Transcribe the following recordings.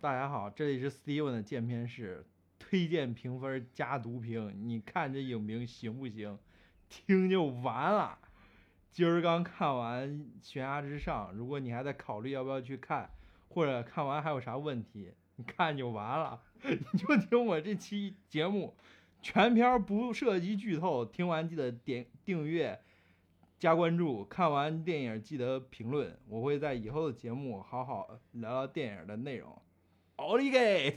大家好，这里是 Steven 的见片室，推荐评分加读评，你看这影评行不行？听就完了。今儿刚看完《悬崖之上》，如果你还在考虑要不要去看，或者看完还有啥问题，你看就完了， 你就听我这期节目，全片儿不涉及剧透。听完记得点订阅、加关注，看完电影记得评论，我会在以后的节目好好聊聊电影的内容。奥利给！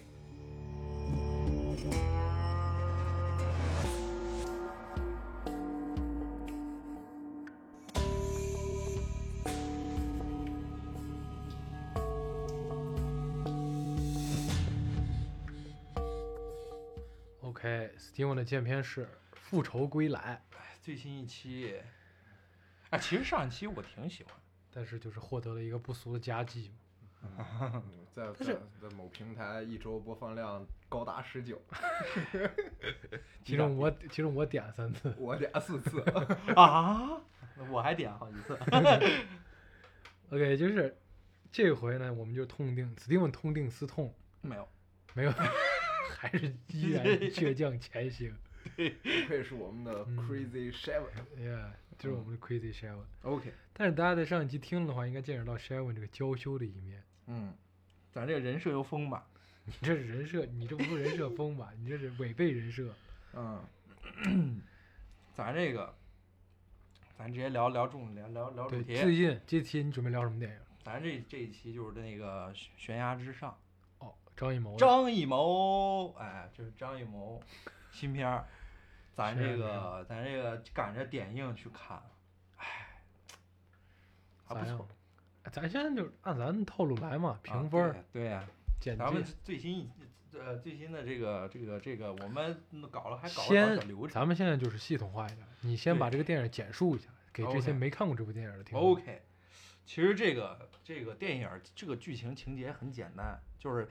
OK，Steven 的见片是《复仇归来》，哎最新一期，哎，其实上一期我挺喜欢。但是就是获得了一个不俗的佳绩嘛。嗯在在在某平台一周播放量高达十九，其中我其中我点了三次，我点四次， 啊， 我还点好几次。 OK，就是这回呢，我们就痛定 Steven 痛定思痛，没有，没有， 还是依然倔强前行。不愧是我们的嗯 Crazy Seven。 Yeah，这是我们的 Crazy Shawn。 OK，但是大家在上一期听了的话，应该见识到 Shawn 这个娇羞的一面。嗯，咱这个人设又丰满。你这是人设，你这不是人设崩吧？你这是违背人设。嗯，咱这个，咱直接聊聊重聊聊聊主对，题。最近这期你准备聊什么电影？咱这这一期就是那个悬悬崖之上，哦，张艺谋的。张艺谋，哎，就是张艺谋新片儿，咱是啊这没个咱这个赶着点映去看，哎，还咋不样错。？咱现在就按咱的套路来嘛，啊评分儿、对呀、简咱们介。最新一呃最新的这个这个这个，我们搞了还搞了先小流，程。咱们现在就是系统化一点，你先对把这个电影简述一下，给这些 OK 没看过这部电影的听众。 OK，其实这个这个电影儿这个剧情情节很简单，就是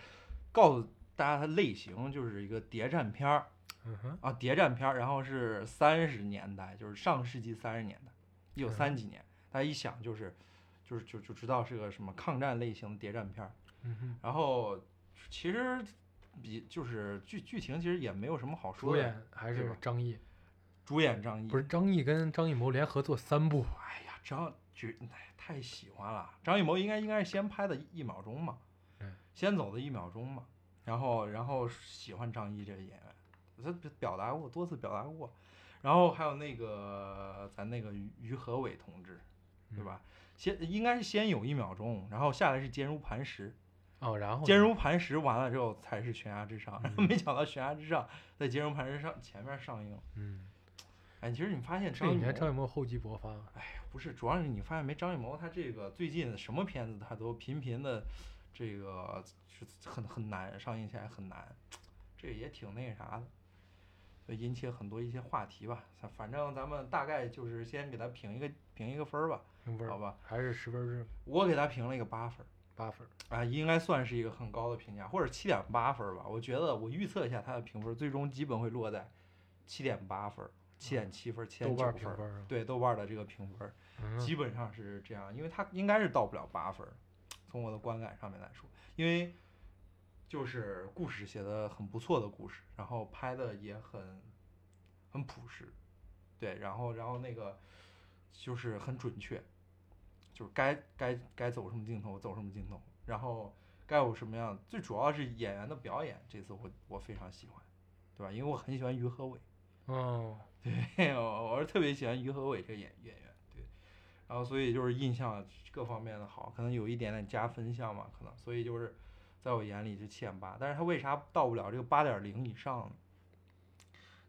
告诉大家它类型就是一个谍战片儿嗯哼，啊，谍战片儿，然后是三十年代，就是上世纪三十年代，一九三几年，大家一想就是就是就就知道是个什么抗战类型的谍战片儿。嗯哼，然后其实比就是剧剧情其实也没有什么好说主的，演还对是吧张译，主演张译不是张译跟张艺谋联合做三部，哎呀，张绝哎太喜欢了。张艺谋应该应该是先拍的《一秒钟》嘛，嗯先走的《一秒钟》嘛，然后然后喜欢张译这个演员，他表表达过多次表达过，然后还有那个咱那个于于和伟同志，对嗯？吧？先应该是先有一秒钟，然后下来是坚如磐石，哦，然后坚呢如磐石完了之后才是悬崖之上，然后嗯没想到悬崖之上在坚如磐石上前面上映。嗯，哎，其实你发现这张艺几谋年张艺谋厚积薄发，不是，主要是你发现没，张艺谋他这个最近什么片子他都频频的，这个是很很难上映起来很难，这也挺那啥的，所以引起很多一些话题吧。反反正咱们大概就是先给他评一个评一个分儿吧，评分好儿吧？还是十分制我给他评了一个八分儿，八分儿。啊，应该算是一个很高的评价，或者七点八分儿吧。我觉得我预测一下他的评分儿，最终基本会落在七点八分儿、七点七分儿、七豆点九瓣儿分评儿，分儿啊，对豆瓣儿的这个评分儿。嗯基本上是这样，因为它应该是到不了八分儿，从我的观感上面来说，因为就是故事写的很不错的故事，然后拍的也很很朴实，对，然后然后那个就是很准确，就是该该该走什么镜头走什么镜头，然后该有什么样，最主要是演员的表演，这次我我非常喜欢，对吧？因为我很喜欢于和伟。哦，对， 我我是特别喜欢于和伟这个演演员，对，然后所以就是印象各方面的好，可能有一点点加分项嘛，可能，所以就是在我眼里就七点八，但是他为啥到不了这个八点零以上呢？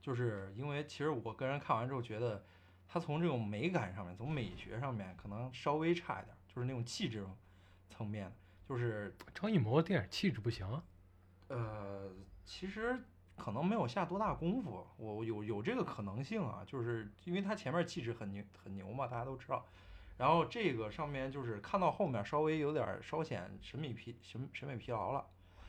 就是因为其实我个人看完之后觉得，他从这种美感上面，从美学上面可能稍微差一点，就是那种气质层面，就是张艺谋的电影气质不行哦啊，呃，其实可能没有下多大功夫，我我有有这个可能性啊，就是因为他前面气质很牛很牛嘛，大家都知道。然后这个上面就是看到后面稍微有点儿稍显审美疲审审美疲劳了，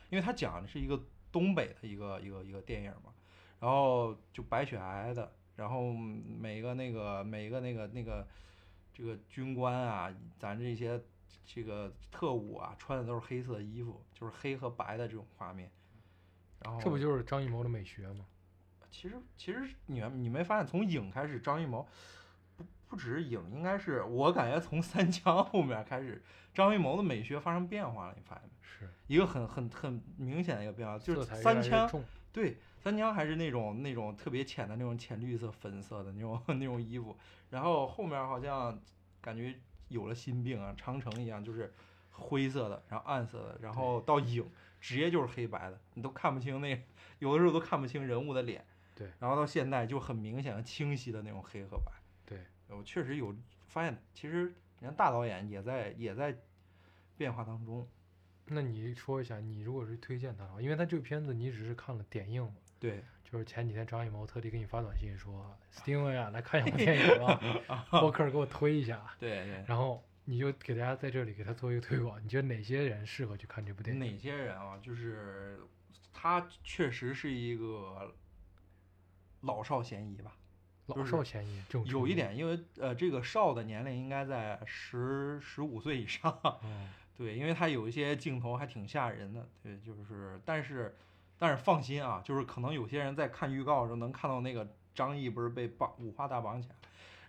因为他讲的是一个东北的一个一个一个电影嘛，然后就白雪皑皑的，然后每个那个每个那个那个这个军官啊，咱这些这个特务啊穿的都是黑色的衣服，就是黑和白的这种画面。然后这不就是张艺谋的美学吗？其实其实你你没发现从影开始，张艺谋不不只是影，应该是我感觉从三枪后面开始，张艺谋的美学发生变化了，你发现没？是，一个很很很明显的一个变化，就色是彩越三来越枪重，对，三江还是那种那种特别浅的那种浅绿色、粉色的那种 那种衣服，然后后面好像感觉有了心病啊，长城一样就是灰色的，然后暗色的，然后到影直接就是黑白的，你都看不清那有的时候都看不清人物的脸。对，然后到现在就很明显、清晰的那种黑和白。对，我确实有发现，其实人家大导演也在也在变化当中。那你说一下，你如果是推荐他的话，因为他这个片子你只是看了点映嘛，对，就是前几天张艺谋特地给你发短信说，Steven 啊，来看一下我电影吧， 播客给我推一下，对对。然后你就给大家在这里给他做一个推广，你觉得哪些人适合去看这部电影？哪些人啊？就是他确实是一个老少咸宜吧，老就是少咸宜，这种有一程度，点，因为呃，这个少的年龄应该在十十五岁以上， 嗯，对，因为他有一些镜头还挺吓人的，对，就是，但是但是放心啊，就是可能有些人在看预告的时候能看到那个张译不是被绑五花大绑起来，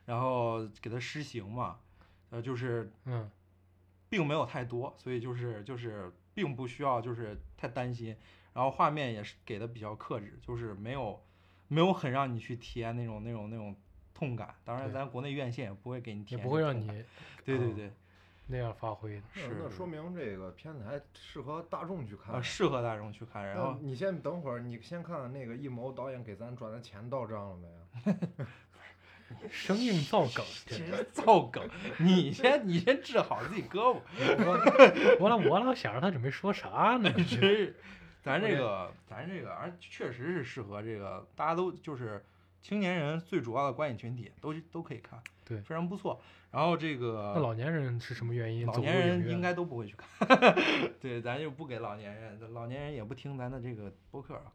然后给他施刑嘛，呃，就是嗯，并没有太多，所以就是就是并不需要就是太担心，然后画面也是给的比较克制，就是没有没有很让你去体验那种那种那种痛感。当然，对咱国内院线也不会给你体也验，不会让。你对对嗯对，那样发挥 的，是那说明这个片子还适合大众去看啊，。适合大众去看。然那后你先等会儿，你先看看那个一谋导演给咱转的钱到账了没啊有？生硬造 梗，这其实造梗，你先你先治好自己胳膊。我老我老想着他准备说啥 呢？真 是，咱我这这个咱这个，而确实是适合这个，大家都就是青年人最主要的观影群体，都都可以看，对非常不错。然后这那个老年人是什么原因？老走年入影人院应该都不会去看， 对，咱就不给老年人，老年人也不听咱的这个播客啊，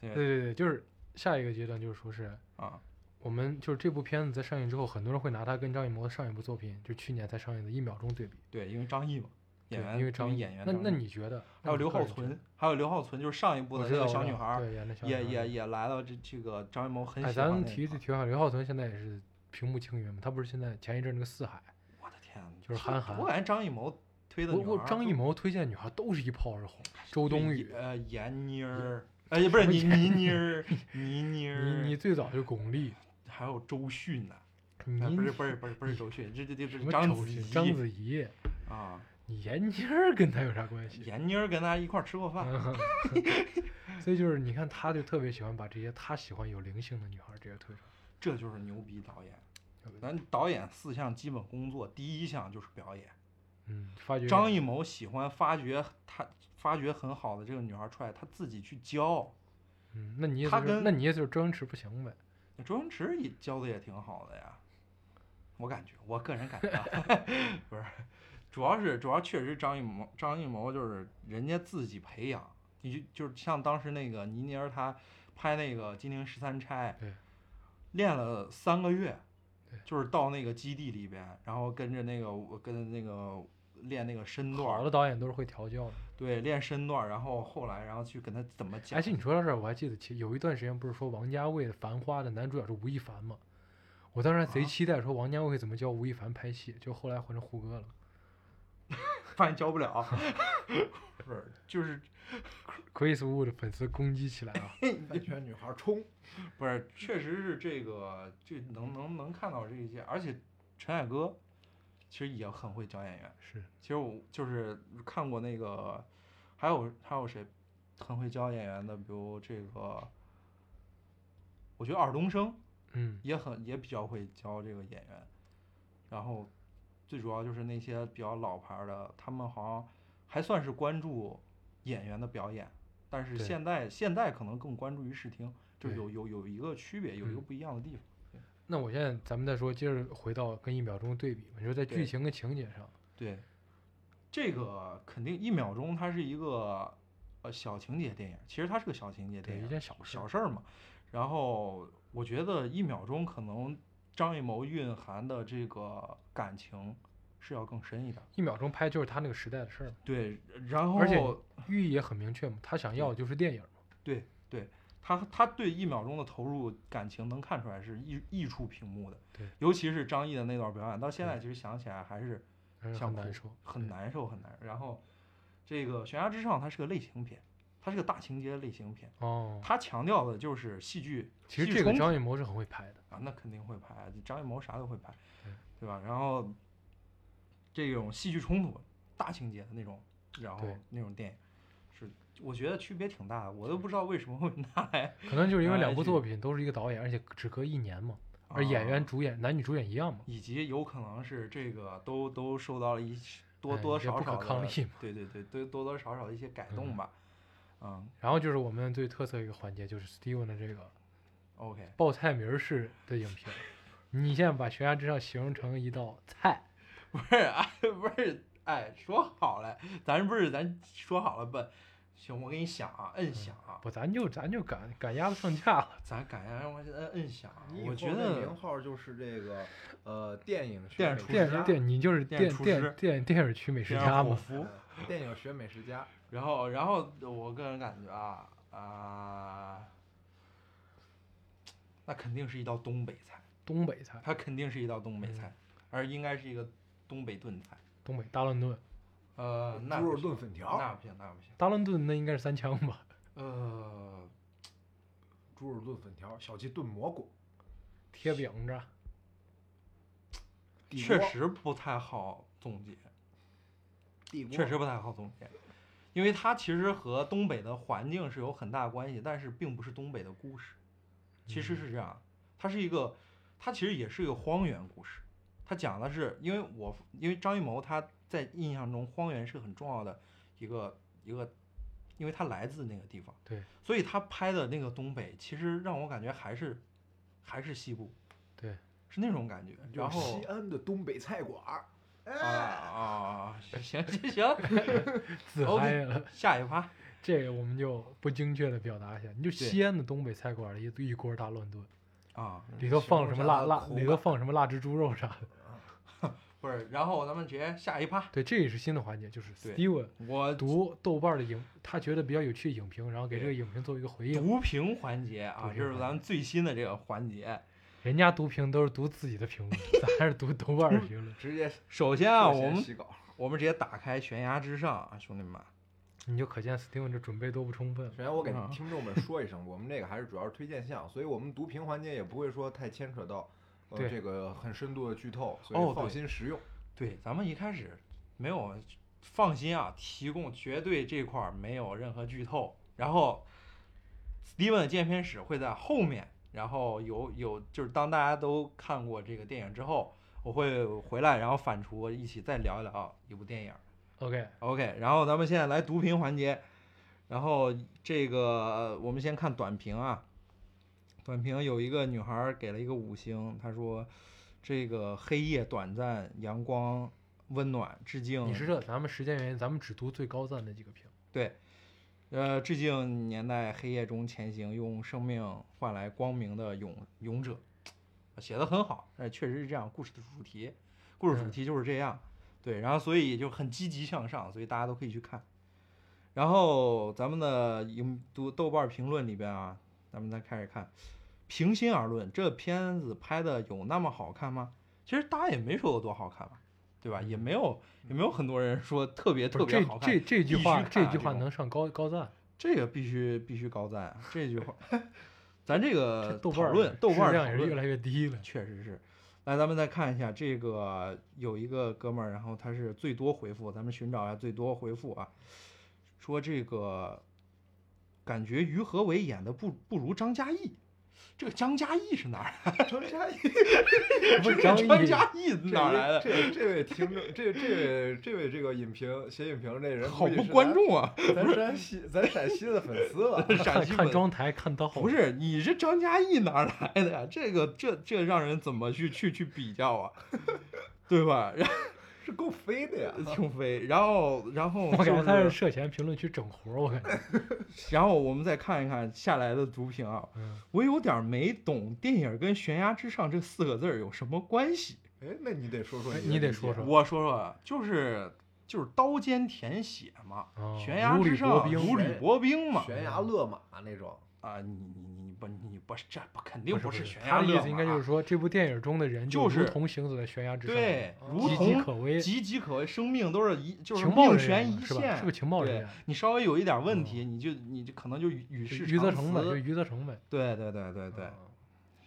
对对对，就是下一个阶段就是说是啊，我们就是这部片子在上映之后，很多人会拿它跟张艺谋的上一部作品，就去年才上映的《一秒钟》对比。对，因为张译嘛，演对员，因为张译演员那张译，那你觉得？还有刘浩浩存，存，还有刘浩存，就是上一部我的知那道个我小知女道孩儿，对，演的小女孩也儿也也来了，这这个张艺谋很哎，喜欢那咱一提块提儿提下刘浩存，现在也是屏幕青云嘛，他不是现在前一阵那个《四海我的天，就是这韩寒我感觉张艺谋推》，的我女我孩儿张艺都谋推荐女孩都是一炮而红，周冬对雨。呃，闫妮儿，哎，不是倪倪妮 儿，倪妮儿，你你最早就是巩俐，还有周迅呢？你啊不是不是不是不是周迅，这这这什这么章丑子是怡，章子怡，啊，你 闫妮儿跟他有啥关系？闫妮儿跟他一块儿吃过嗯饭， 所以就是你看，他就特别喜欢把这些他喜欢有灵性的女孩儿直接推出这就是牛逼导演。来。咱导演四项基本工作，第一项就是表演。嗯，发掘张艺谋喜欢发掘他发掘很好的这个女孩出来，他自己去教。嗯，那你意思他就是跟那你意思就是周星驰不行呗？周星驰也教的也挺好的呀，我感觉，我个人感觉啊， 不是，主要是主要确实张艺谋，张艺谋就是人家自己培养，你就就是像当时那个倪妮儿她拍那个《金陵十三钗》，对，练了三个月对，就是到那个基地里边，然后跟着那个我跟着那个练那个身段好儿，的导演都是会调教的。对，练身段儿，然后后来然后去跟他怎么讲而且，哎你说到这儿，我还记得其有一段时间不是说王家卫的《繁花》的男主角是吴亦凡吗？我当时还贼啊期待说王家卫会怎么教吴亦凡拍戏，就后来换成胡歌了。发现教不 了，不是，就是。 Chris Wood 的粉丝攻击起来 啊！哎安全女孩冲！不是，确实是这个，这能能能看到这一些，而且陈凯歌其实也很会讲演员。是其实我就是看过那个，还有还有谁很会教演员的，比如这个，我觉得尔冬升嗯，也很也比较会教这个演员。然后最主要就是那些比较老牌儿的，他们好像还算是关注演员的表演，但是对现在现在可能更关注于视听，就是对有有有一个区别，有一个嗯不一样的地方。那我现在咱们再说，接着回到跟一秒钟对比，你说在对剧情跟情节上，对，这个肯定一秒钟它是一个呃小情节电影，其实它是个小情节电对影一，件小事啊小事儿嘛。然后我觉得一秒钟可能张艺谋蕴含的这个感情是要更深一点。一秒钟拍就是他那个时代的事儿嘛，对，然后而且寓意也很明确嘛，他想要的就是电影嘛，他他对一秒钟的投入感情能看出来是溢溢出屏幕的，对，尤其是张译的那段表演，到现在其实想起来还是让人想很哭难受，很对。难受很难受。然后这个《悬崖之上》它是个类型片，它是个大情节类型片，哦，它强调的就是戏剧其实戏剧这个冲突张艺谋是很会拍的，啊，那肯定会拍，张艺谋啥都会拍对，对吧？然后这种戏剧冲突、大情节的那种，然后对那种电影是我觉得区别挺大的，我都不知道为什么会拿来，可能就是因为拿来两部去作品都是一个导演，而且只隔一年嘛， 而演啊员、主演、男女主演一样嘛，以及有可能是这个都都受到了一些多哎多一些少不可少抗的力嘛，对对对对，多多少少的一些改动嗯吧。嗯然后就是我们最特色一个环节，就是 Steven 的这个 o k 报菜名儿式的影评。你现在把《悬崖之上》形容成一道菜， 不是哎 不是哎，说好了，咱不是咱说好了不？行，我给你想啊，嗯摁响啊，不，咱就咱就赶赶鸭子上架了。咱赶上让我摁摁响啊，你以我后觉那得名号就是这个呃电影学电美厨食电师家电，你就是电电厨师电电电影区美食这样家口嘛。服。呃电影学美食家，然后，然后我个人感觉啊啊、那肯定是一道东北菜，东北菜，它肯定是一道东嗯北菜，而应该是一个东北炖菜。东北大乱炖，呃，那猪不肉行，炖粉条，那不行，那不行。大乱炖那应该是三枪吧？ 呃，猪肉炖粉条，小鸡炖蘑菇，贴饼子，地确锅实不太好总结，地锅确实不太好总结，因为它其实和东北的环境是有很大关系，但是并不是东北的故事，其实是这样，它是一个，它其实也是一个荒原故事，它讲的是，因为我因为张艺谋他在印象中荒原是很重要的一个一个，因为他来自那个地方，对，所以他拍的那个东北其实让我感觉还是还是西部，对，是那种感觉，就然是后西安的东北菜馆儿，啊啊，行行行，自 OK 嗨了。下一趴。这个我们就不精确的表达一下，你就西安的东北菜馆儿里一一锅大乱炖，啊，里头放什么辣形容一下它的辣，口里头感放什么辣汁猪肉啥的。不是，然后咱们直接下一趴。对，这也是新的环节，就是对 Steven 我读豆瓣儿的影，他觉得比较有趣的影评，然后给这个影评做一个回应。读评环节啊，读这评是咱们最新的这个环节。人家读评都是读自己的评论， 咱还是读豆瓣儿的评论。直接首先啊，涉我嫌们洗稿。我们直接打开悬崖之上啊，兄弟们，你就可见 Steven 这准备多不充分了。首先，我给啊听众们说一声，我们这个还是主要是推荐项，所以我们读评环节也不会说太牵扯到呃对这个很深度的剧透，所哦以放对心食用。对，咱们一开始没有放心啊，提供绝对这块儿没有任何剧透。然后，Steven 的见片史会在后面，然后有有就是当大家都看过这个电影之后，我会回来然后反刍一起再聊一聊一部电影。 OK， OK，然后咱们现在来读评环节，然后这个我们先看短评啊，短评有一个女孩儿给了一个五星，她说这个黑夜短暂，阳光温暖，致敬你是这，咱们时间原因，咱们只读最高赞那几个评。呃致敬年代黑夜中前行，用生命换来光明的勇勇者，写的很好，哎，确实是这样，故事的主题，故事主嗯题就是这样，对，然后所以也就很积极向上，所以大家都可以去看。然后咱们的影读豆瓣评论里边啊，咱们再开始看。平心而论，这片子拍的有那么好看吗？其实大家也没说有多好看吧，对吧？也没有也没有很多人说特别特不是别这好看。这这句必须话，看这啊句这话种能上高高赞，这个必须必须高赞啊，这句话，咱这这个豆呃讨瓣儿论豆质瓣儿量讨也是越论来越低了。确实是。来，咱们再看一下这个有一个哥们儿，然后他是最多回复，咱们寻找一下最多回复啊，说这个感觉于和伟演的不不如张嘉译，这个张嘉译是哪儿？张嘉译，不是张张译，嘉译哪儿来的？这位这位听众，这这位这位这个影评写影评这人，好不关，注啊！ 咱山西咱陕西的粉丝了。陕看西看本妆台看到不是你这张嘉译哪儿来的呀？这个这这让人怎么去去去比较啊？ 对吧？ 然是够飞的呀！后挺飞，然后然后我感就觉他是是，涉嫌评论区整活儿，我 感觉。然后我们再看一看下来的读评啊，嗯，我有点没懂电影跟悬崖之上这四个字儿有什么关系？哎，那你得说说哎的你得理解说说我说说啊，就是就是刀尖舔血嘛，啊悬崖如之履上薄冰如履悬薄冰嘛。悬崖勒马那种，啊，你你你不你不是这不肯定不是是悬他崖啊的勒意马，思应该就是说，这部电影中的人就如是同行走在悬崖之上，对，如岌岌同可危，岌岌可危，生命都是一就是情报命人员悬一嘛是吧？线是个。情报人对员，你稍微有一点问题，你就你就可能就与嗯与就世余则长成呗，就辞余则成呗。对对对对哎对啊，，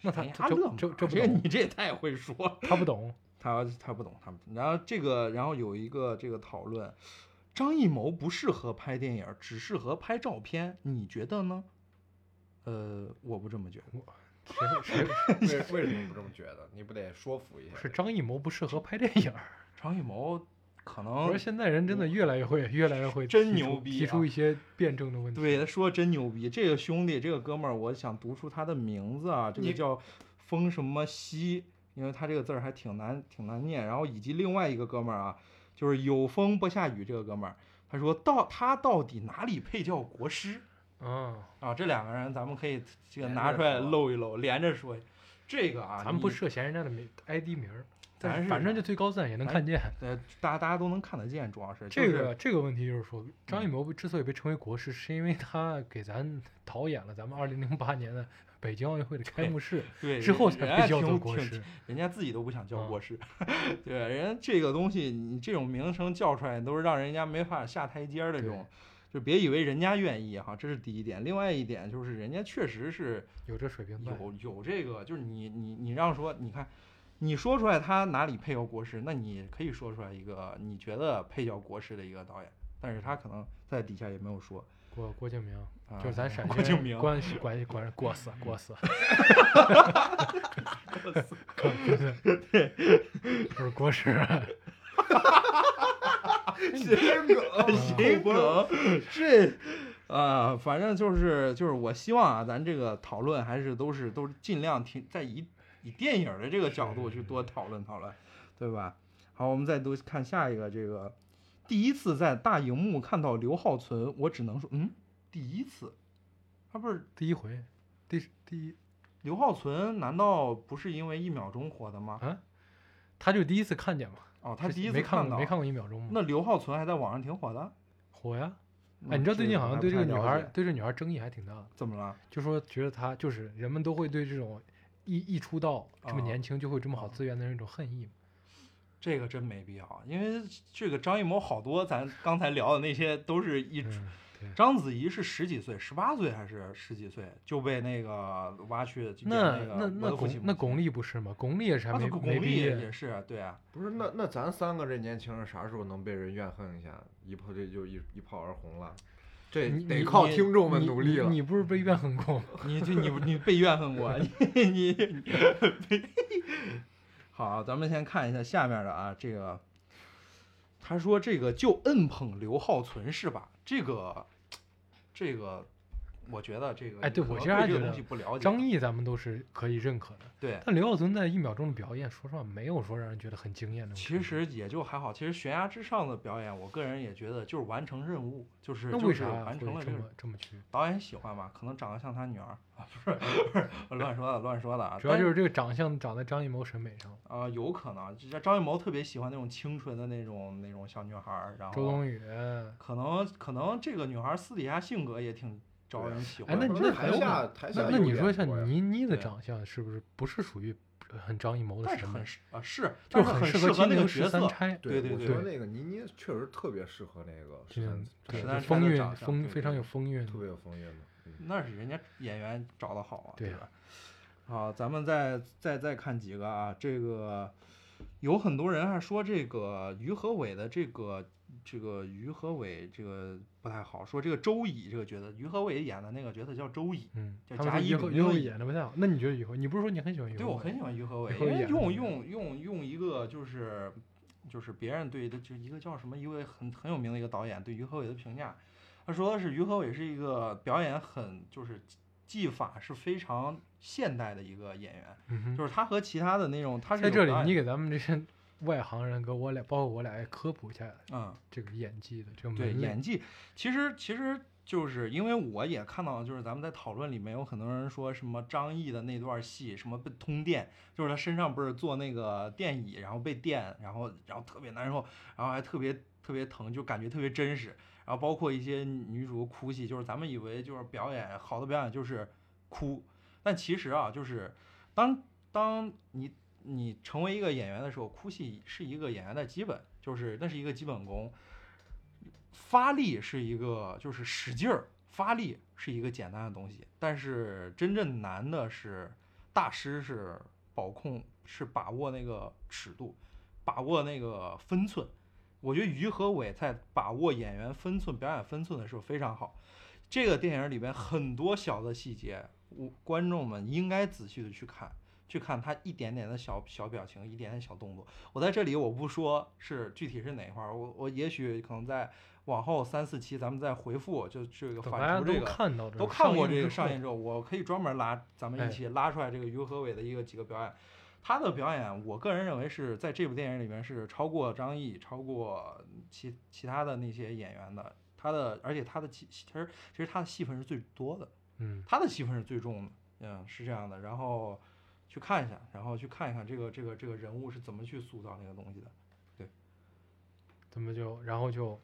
那他悬这崖勒这马哦 这这不个懂，你这也太会说了。他不 懂，他他不懂，他不懂。然后这个，然后有一个这个讨论，张艺谋不适合拍电影，只适合拍照片，你觉得呢？呃，我不这么觉得。 谁谁为为什么不这么觉得？你不得说服一下？是张艺谋不适合拍电影儿。张艺谋可我说能现在人真的越来越会，越来越会嗯真提出牛逼提啊出一些辩证的问题。对他说真牛逼，这个兄弟，这个哥们儿，我想读出他的名字啊，这个你叫风什么西，因为他这个字儿还挺难挺难念。然后以及另外一个哥们儿啊，就是有风不下雨这个哥们儿，他说到他到底哪里配叫国师？嗯，啊，这两个人咱们可以这个连拿着出来说露一露，连着说。这个啊，咱们不你涉嫌人家的名 ID 名儿，但咱是是反正就最高赞也能咱看见。呃，大家大家都能看得见，主要是就这是嗯个这个问题就是说，张艺谋之所以被称为国师，是因为他给咱导演了咱们二零零八年的北京奥运会的开对幕式对之后人才人家被叫做挺国挺师。人家自己都不想叫嗯国师， 对，人家这个东西，你这种名声叫出来，都是让人家没法下台阶儿的这对种，就别以为人家愿意哈，这是第一点。另外一点就是，人家确实是有这水平在。有有这个，就是你你你让说，你看，你说出来他哪里配叫国师，那你可以说出来一个你觉得配叫国师的一个导演，但是他可能在底下也没有说，郭郭敬明，啊、就 是咱陕郭西敬人明，管管管郭死 郭死，就是郭师。谐哎 梗谁梗这啊、反正就是就是我希望啊，咱这个讨论还是都是都是尽量听在以以电影儿的这个角度去多讨论讨论，对吧？好，我们再读看下一个这个，第一次在大荧幕看到刘浩存，我只能说，嗯，第一次，他不是第一回，第第一刘浩存，难道不是因为一秒钟火的吗？啊，他就第一次看见嘛，哦，他之第前一次没看到，过没看过一秒钟嘛，那刘浩存还在网上挺火的，火呀！哎，嗯你知道最近个好我像还对不这太个女了孩解对这女孩争议还挺大的，怎么了？就说觉得她就是人们都会对这种一一出道这么啊年轻就会有这么好啊资源的人一种恨意嘛。这个真没必要，因为这个张艺谋好多咱刚才聊的那些都是一出。嗯，章子怡是十几岁，十八岁还是十几岁就被那个挖去演那个那我那的父亲龚那母亲巩俐不是吗？巩俐也是还啊，对没啊巩没毕俐业也，是对啊，不是，那那咱三个这年轻人啥时候能被人怨恨一下？一炮这就一一炮而红了，这你得你靠你听众们你努你力了。你不是被怨恨 过吗？你就你你被怨恨过，你你你 被。好，咱们先看一下下面的啊，这个他说这个就摁捧刘浩存是吧？这个这个，我觉得这个哎你对可我能其实还这个觉东得西不了解，啊张译咱们都是可以认可的，对。但刘浩存在一秒钟的表演，说实话没有说让人觉得很惊艳的。其，实也就还好，其实悬崖之上的表演，我个人也觉得就是完成任务，就是那就为是啥完会成了这这个么这么去？导演喜欢吧？可能长得像他女儿啊，不是不是，我乱说的乱说的啊。嗯主要但就是这个长相长在张艺谋审美上，啊、有可能，这张艺谋特别喜欢那种清纯的那种那种小女孩儿，然周后冬雨。啊可能可能这个女孩儿私底下性格也挺招人喜哎欢那的。你不是那台还有下台下那那有你说演像过呀倪妮的对长相是不是不是属于很张艺谋的但是审很美？适啊是，就但是是很适适合合金那个陵角十三色。 �钗，对对我对觉得对那个倪妮确实特别适合那个十三嗯，十对，就三钗风的韵长相风对非常有风韵的特。别有风韵的。嗯那是人家演员找的好啊，对啊吧？好，咱们再再再看几个啊，这个有很多人还说这个于和伟的这个这个于和伟这个不太好，说这个周乙这个角色，于和伟演的那个角色叫周乙，嗯，就他贾们一以后鸣以后的演的不太好。那你觉得以后？你不是说你很喜欢于对和我伟很喜欢于和伟，于和因伟为演的用那个用用用一个就是就是别人对的，就一个叫什么一位很很有名的一个导演对于和伟的评价，他说的是于和伟是一个表演很就是技法是非常现代的一个演员。嗯哼就是他和其他的那种，他是在有这表里，你演给咱们这些 外行人跟我俩，包括我俩，也科普一下嗯，这个演技的这个对门类。演技，其实其实就是因为我也看到，就是咱们在讨论里面有很多人说什么张译的那段戏，什么被通电，就是他身上不是坐那个电椅，然后被电，然后然后特别难受，然后还特别特别疼，就感觉特别真实。然后包括一些女主哭戏，就是咱们以为就是表演好的表演就是哭，但其实啊，就是当当你你成为一个演员的时候，哭戏是一个演员的基本，就是那是一个基本功。发力是一个，就是使劲儿发力是一个简单的东西，但是真正难的是大师是保控，是把握那个尺度，把握那个分寸。我觉得于和伟在把握演员分寸、表演分寸的时候非常好。这个电影里边很多小的细节，我观众们应该仔细的去看，去看他一点点的小小表情，一点点小动作。我在这里我不说是具体是哪一块儿，我我也许可能在往后三四期咱们再回复，就这个等大家反刍这都个。看到这都个看上过映这之个上后映之后，我可以专门拉咱们哎一起拉出来这个于和伟的一个几个表演。他的表演，我个人认为是在这部电影里面是超过张译、超过其其他的那些演员的。他的，而且他的其其实其实他的戏份是最多的，嗯，他的戏份是最重的，嗯，是这样的。然后去看一下，然后去看一看这个这个这个人物是怎么去塑造那个东西的怎么就然后就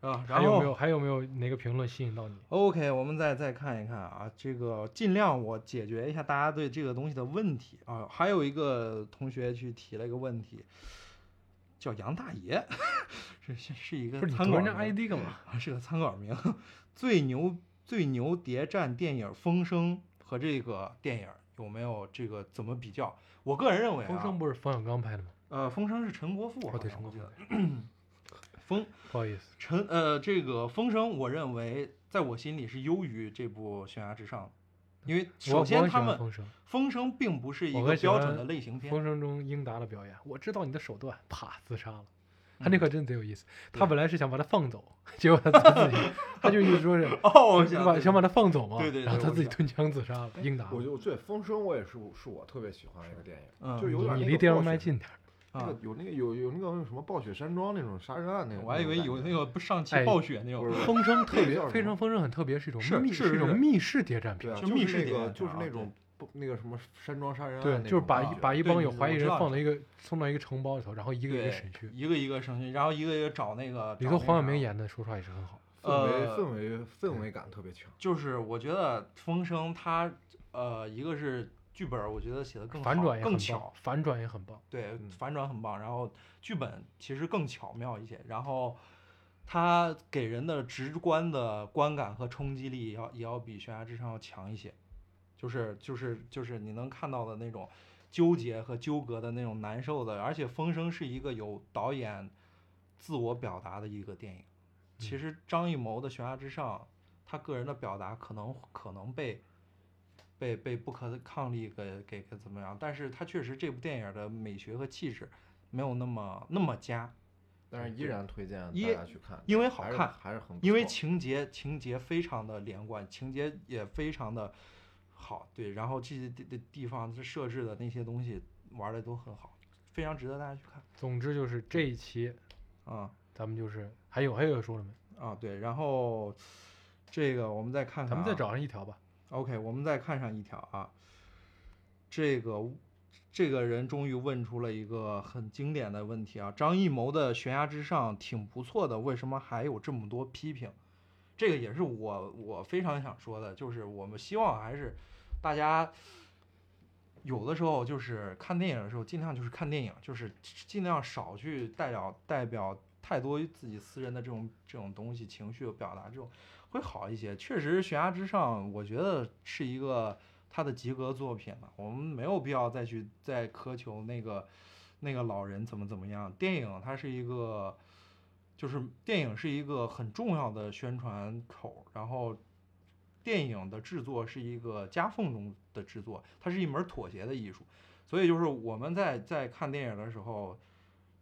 啊。还然有后没有还有没有哪个评论吸引到你？ OK，我们再再看一看啊，这个尽量我解决一下大家对这个东西的问题啊。还有一个同学去提了一个问题，叫杨大爷， 是是是一个不是你餐读人馆家名 ID 干嘛？啊，是个餐馆名。最牛最牛谍战电影《风声》和这个电影有没有这个怎么比较？我个人认为啊，风声不是冯小刚拍的吗？呃，《风声》是陈国富哦，好对，像成我记功得了。风不好意思，陈呃，这个《风声》，我认为在我心里是优于这部《悬崖之上》的，因为我首我先很喜他欢们《风声，风声》并不是一我个更喜标准欢的类型片，风声中英达的表演，我知道你的手段，啪自杀了。他嗯那块真贼有意思，他对本来是想把他放走， 结果他自己，他就一直说 是哦，我是想吧起想来把他放走嘛，对哎对然后对他我自知己道吞枪自杀了。英达，我就对《风声》我也是是我特别喜欢的一个电影，嗯就有你点你那离个电暴视麦雪近 点儿。那个啊，有那个有有那个什么暴雪山庄那种杀人案那个，我还以为有那个个不上气哎暴雪那种，不是风声特那别叫什非么常风声很特别，是一种是密是一种是密室谍战对片啊，就就是密室那谍个战就是啊那对种不那个什么山庄杀人案那对，种，就是把一啊把一对帮有你怀疑我知人道放你到一个送到一个城堡里头，然后一个一个对审讯。一个一个审讯，然后一个一个找那个里找头那黄晓啥明演的，说实话也是很好。氛围呃氛围氛围感特别强。就是我觉得《风声》它呃，一个是剧本儿我觉得写的更反好转也更很棒巧，，反转也很棒。对，嗯反转很棒，然后剧本其实更巧妙一些，然后它给人的直观的观感和冲击力也要也要比《悬崖之上》要强一些，就是就是就是你能看到的那种纠结和纠葛的那种难受的，而且《风声》是一个有导演自我表达的一个电影。其嗯实张艺谋的《悬崖之上》，他个人的表达可能可能被被被不可抗力给给给怎么样，但是他确实这部电影的美学和气质没有那么那么佳，但是依对然推荐因大家去看，因为好还是看，还是很不因为错情节情节非常的连贯，情节也非常的好，对，然后这些地地地方这设置的那些东西玩的都很好，非常值得大家去看总之就是这一期啊咱们就是还有还有要说了没？啊对，然后这个我们再看看、啊，咱们再找上一条吧。 OK，我们再看上一条啊，这个这个人终于问出了一个很经典的问题啊，张艺谋的《悬崖之上》挺不错的，为什么还有这么多批评？这个也是我我非常想说的，就是我们希望还是大家有的时候就是看电影的时候，尽量就是看电影，就是尽量少去代表代表太多自己私人的这种这种东西、情绪表达这种会好一些。确实，《悬崖之上》我觉得是一个他的及格作品了，我们没有必要再去再苛求那个那个老人怎么怎么样。电影它是一个，就是电影是一个很重要的宣传口，然后电影的制作是一个夹缝中的制作，它是一门妥协的艺术。所以就是我们在在看电影的时候，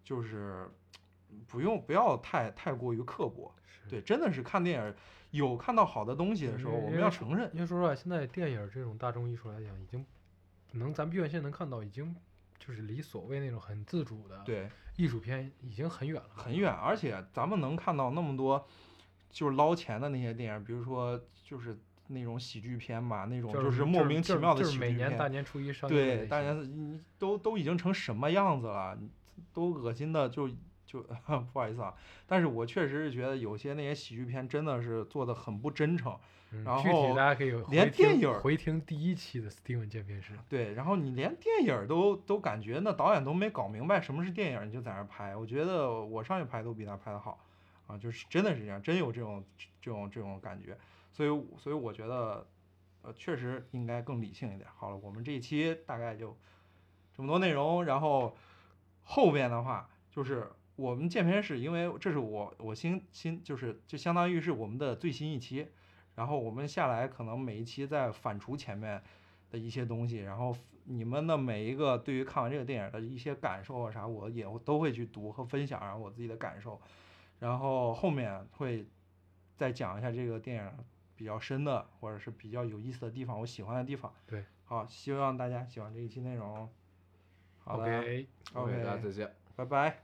就是不用不要太太过于刻薄，嗯对，真的是看电影有看到好的东西的时候，因为我因们为要是承认。因为说实话，现在电影这种大众艺术来讲，已经能咱们院线能看到，已经就是离所谓那种很自主的对，艺术片已经很远了。很远，而且咱们能看到那么多就是捞钱的那些电影，比如说就是那种喜剧片嘛，那种就就是莫名其妙的就是喜每剧年片，大年初一上映的那对，些大家你都都已经成什么样子了，你都恶心的就就 不好意思啊，但是我确实是觉得有些那些喜剧片真的是做的很不真诚，嗯然具体后大家可以回连电听影儿回听第一期的 Steven 鉴别师，对，然后你连电影儿都都感觉那导演都没搞明白什么是电影儿，你就在那儿拍，我觉得我上去拍都比他拍的好，啊，就是真的是这样，真有这种这种这种感觉，所以所以我觉得，呃，确实应该更理性一点。好了，我们这一期大概就这么多内容，然后后边的话就是我们见片室，因为这是我我新新就是就相当于是我们的最新一期，然后我们下来可能每一期再反刍前面。的一些东西，然后你们的每一个对于看完这个电影的一些感受啊啥，我也会都会去读和分享，然后我自己的感受，然后后面会再讲一下这个电影比较深的或者是比较有意思的地方，我喜欢的地方。对，好，希望大家喜欢这一期内容。好的 OK， OK，大家再见。拜拜。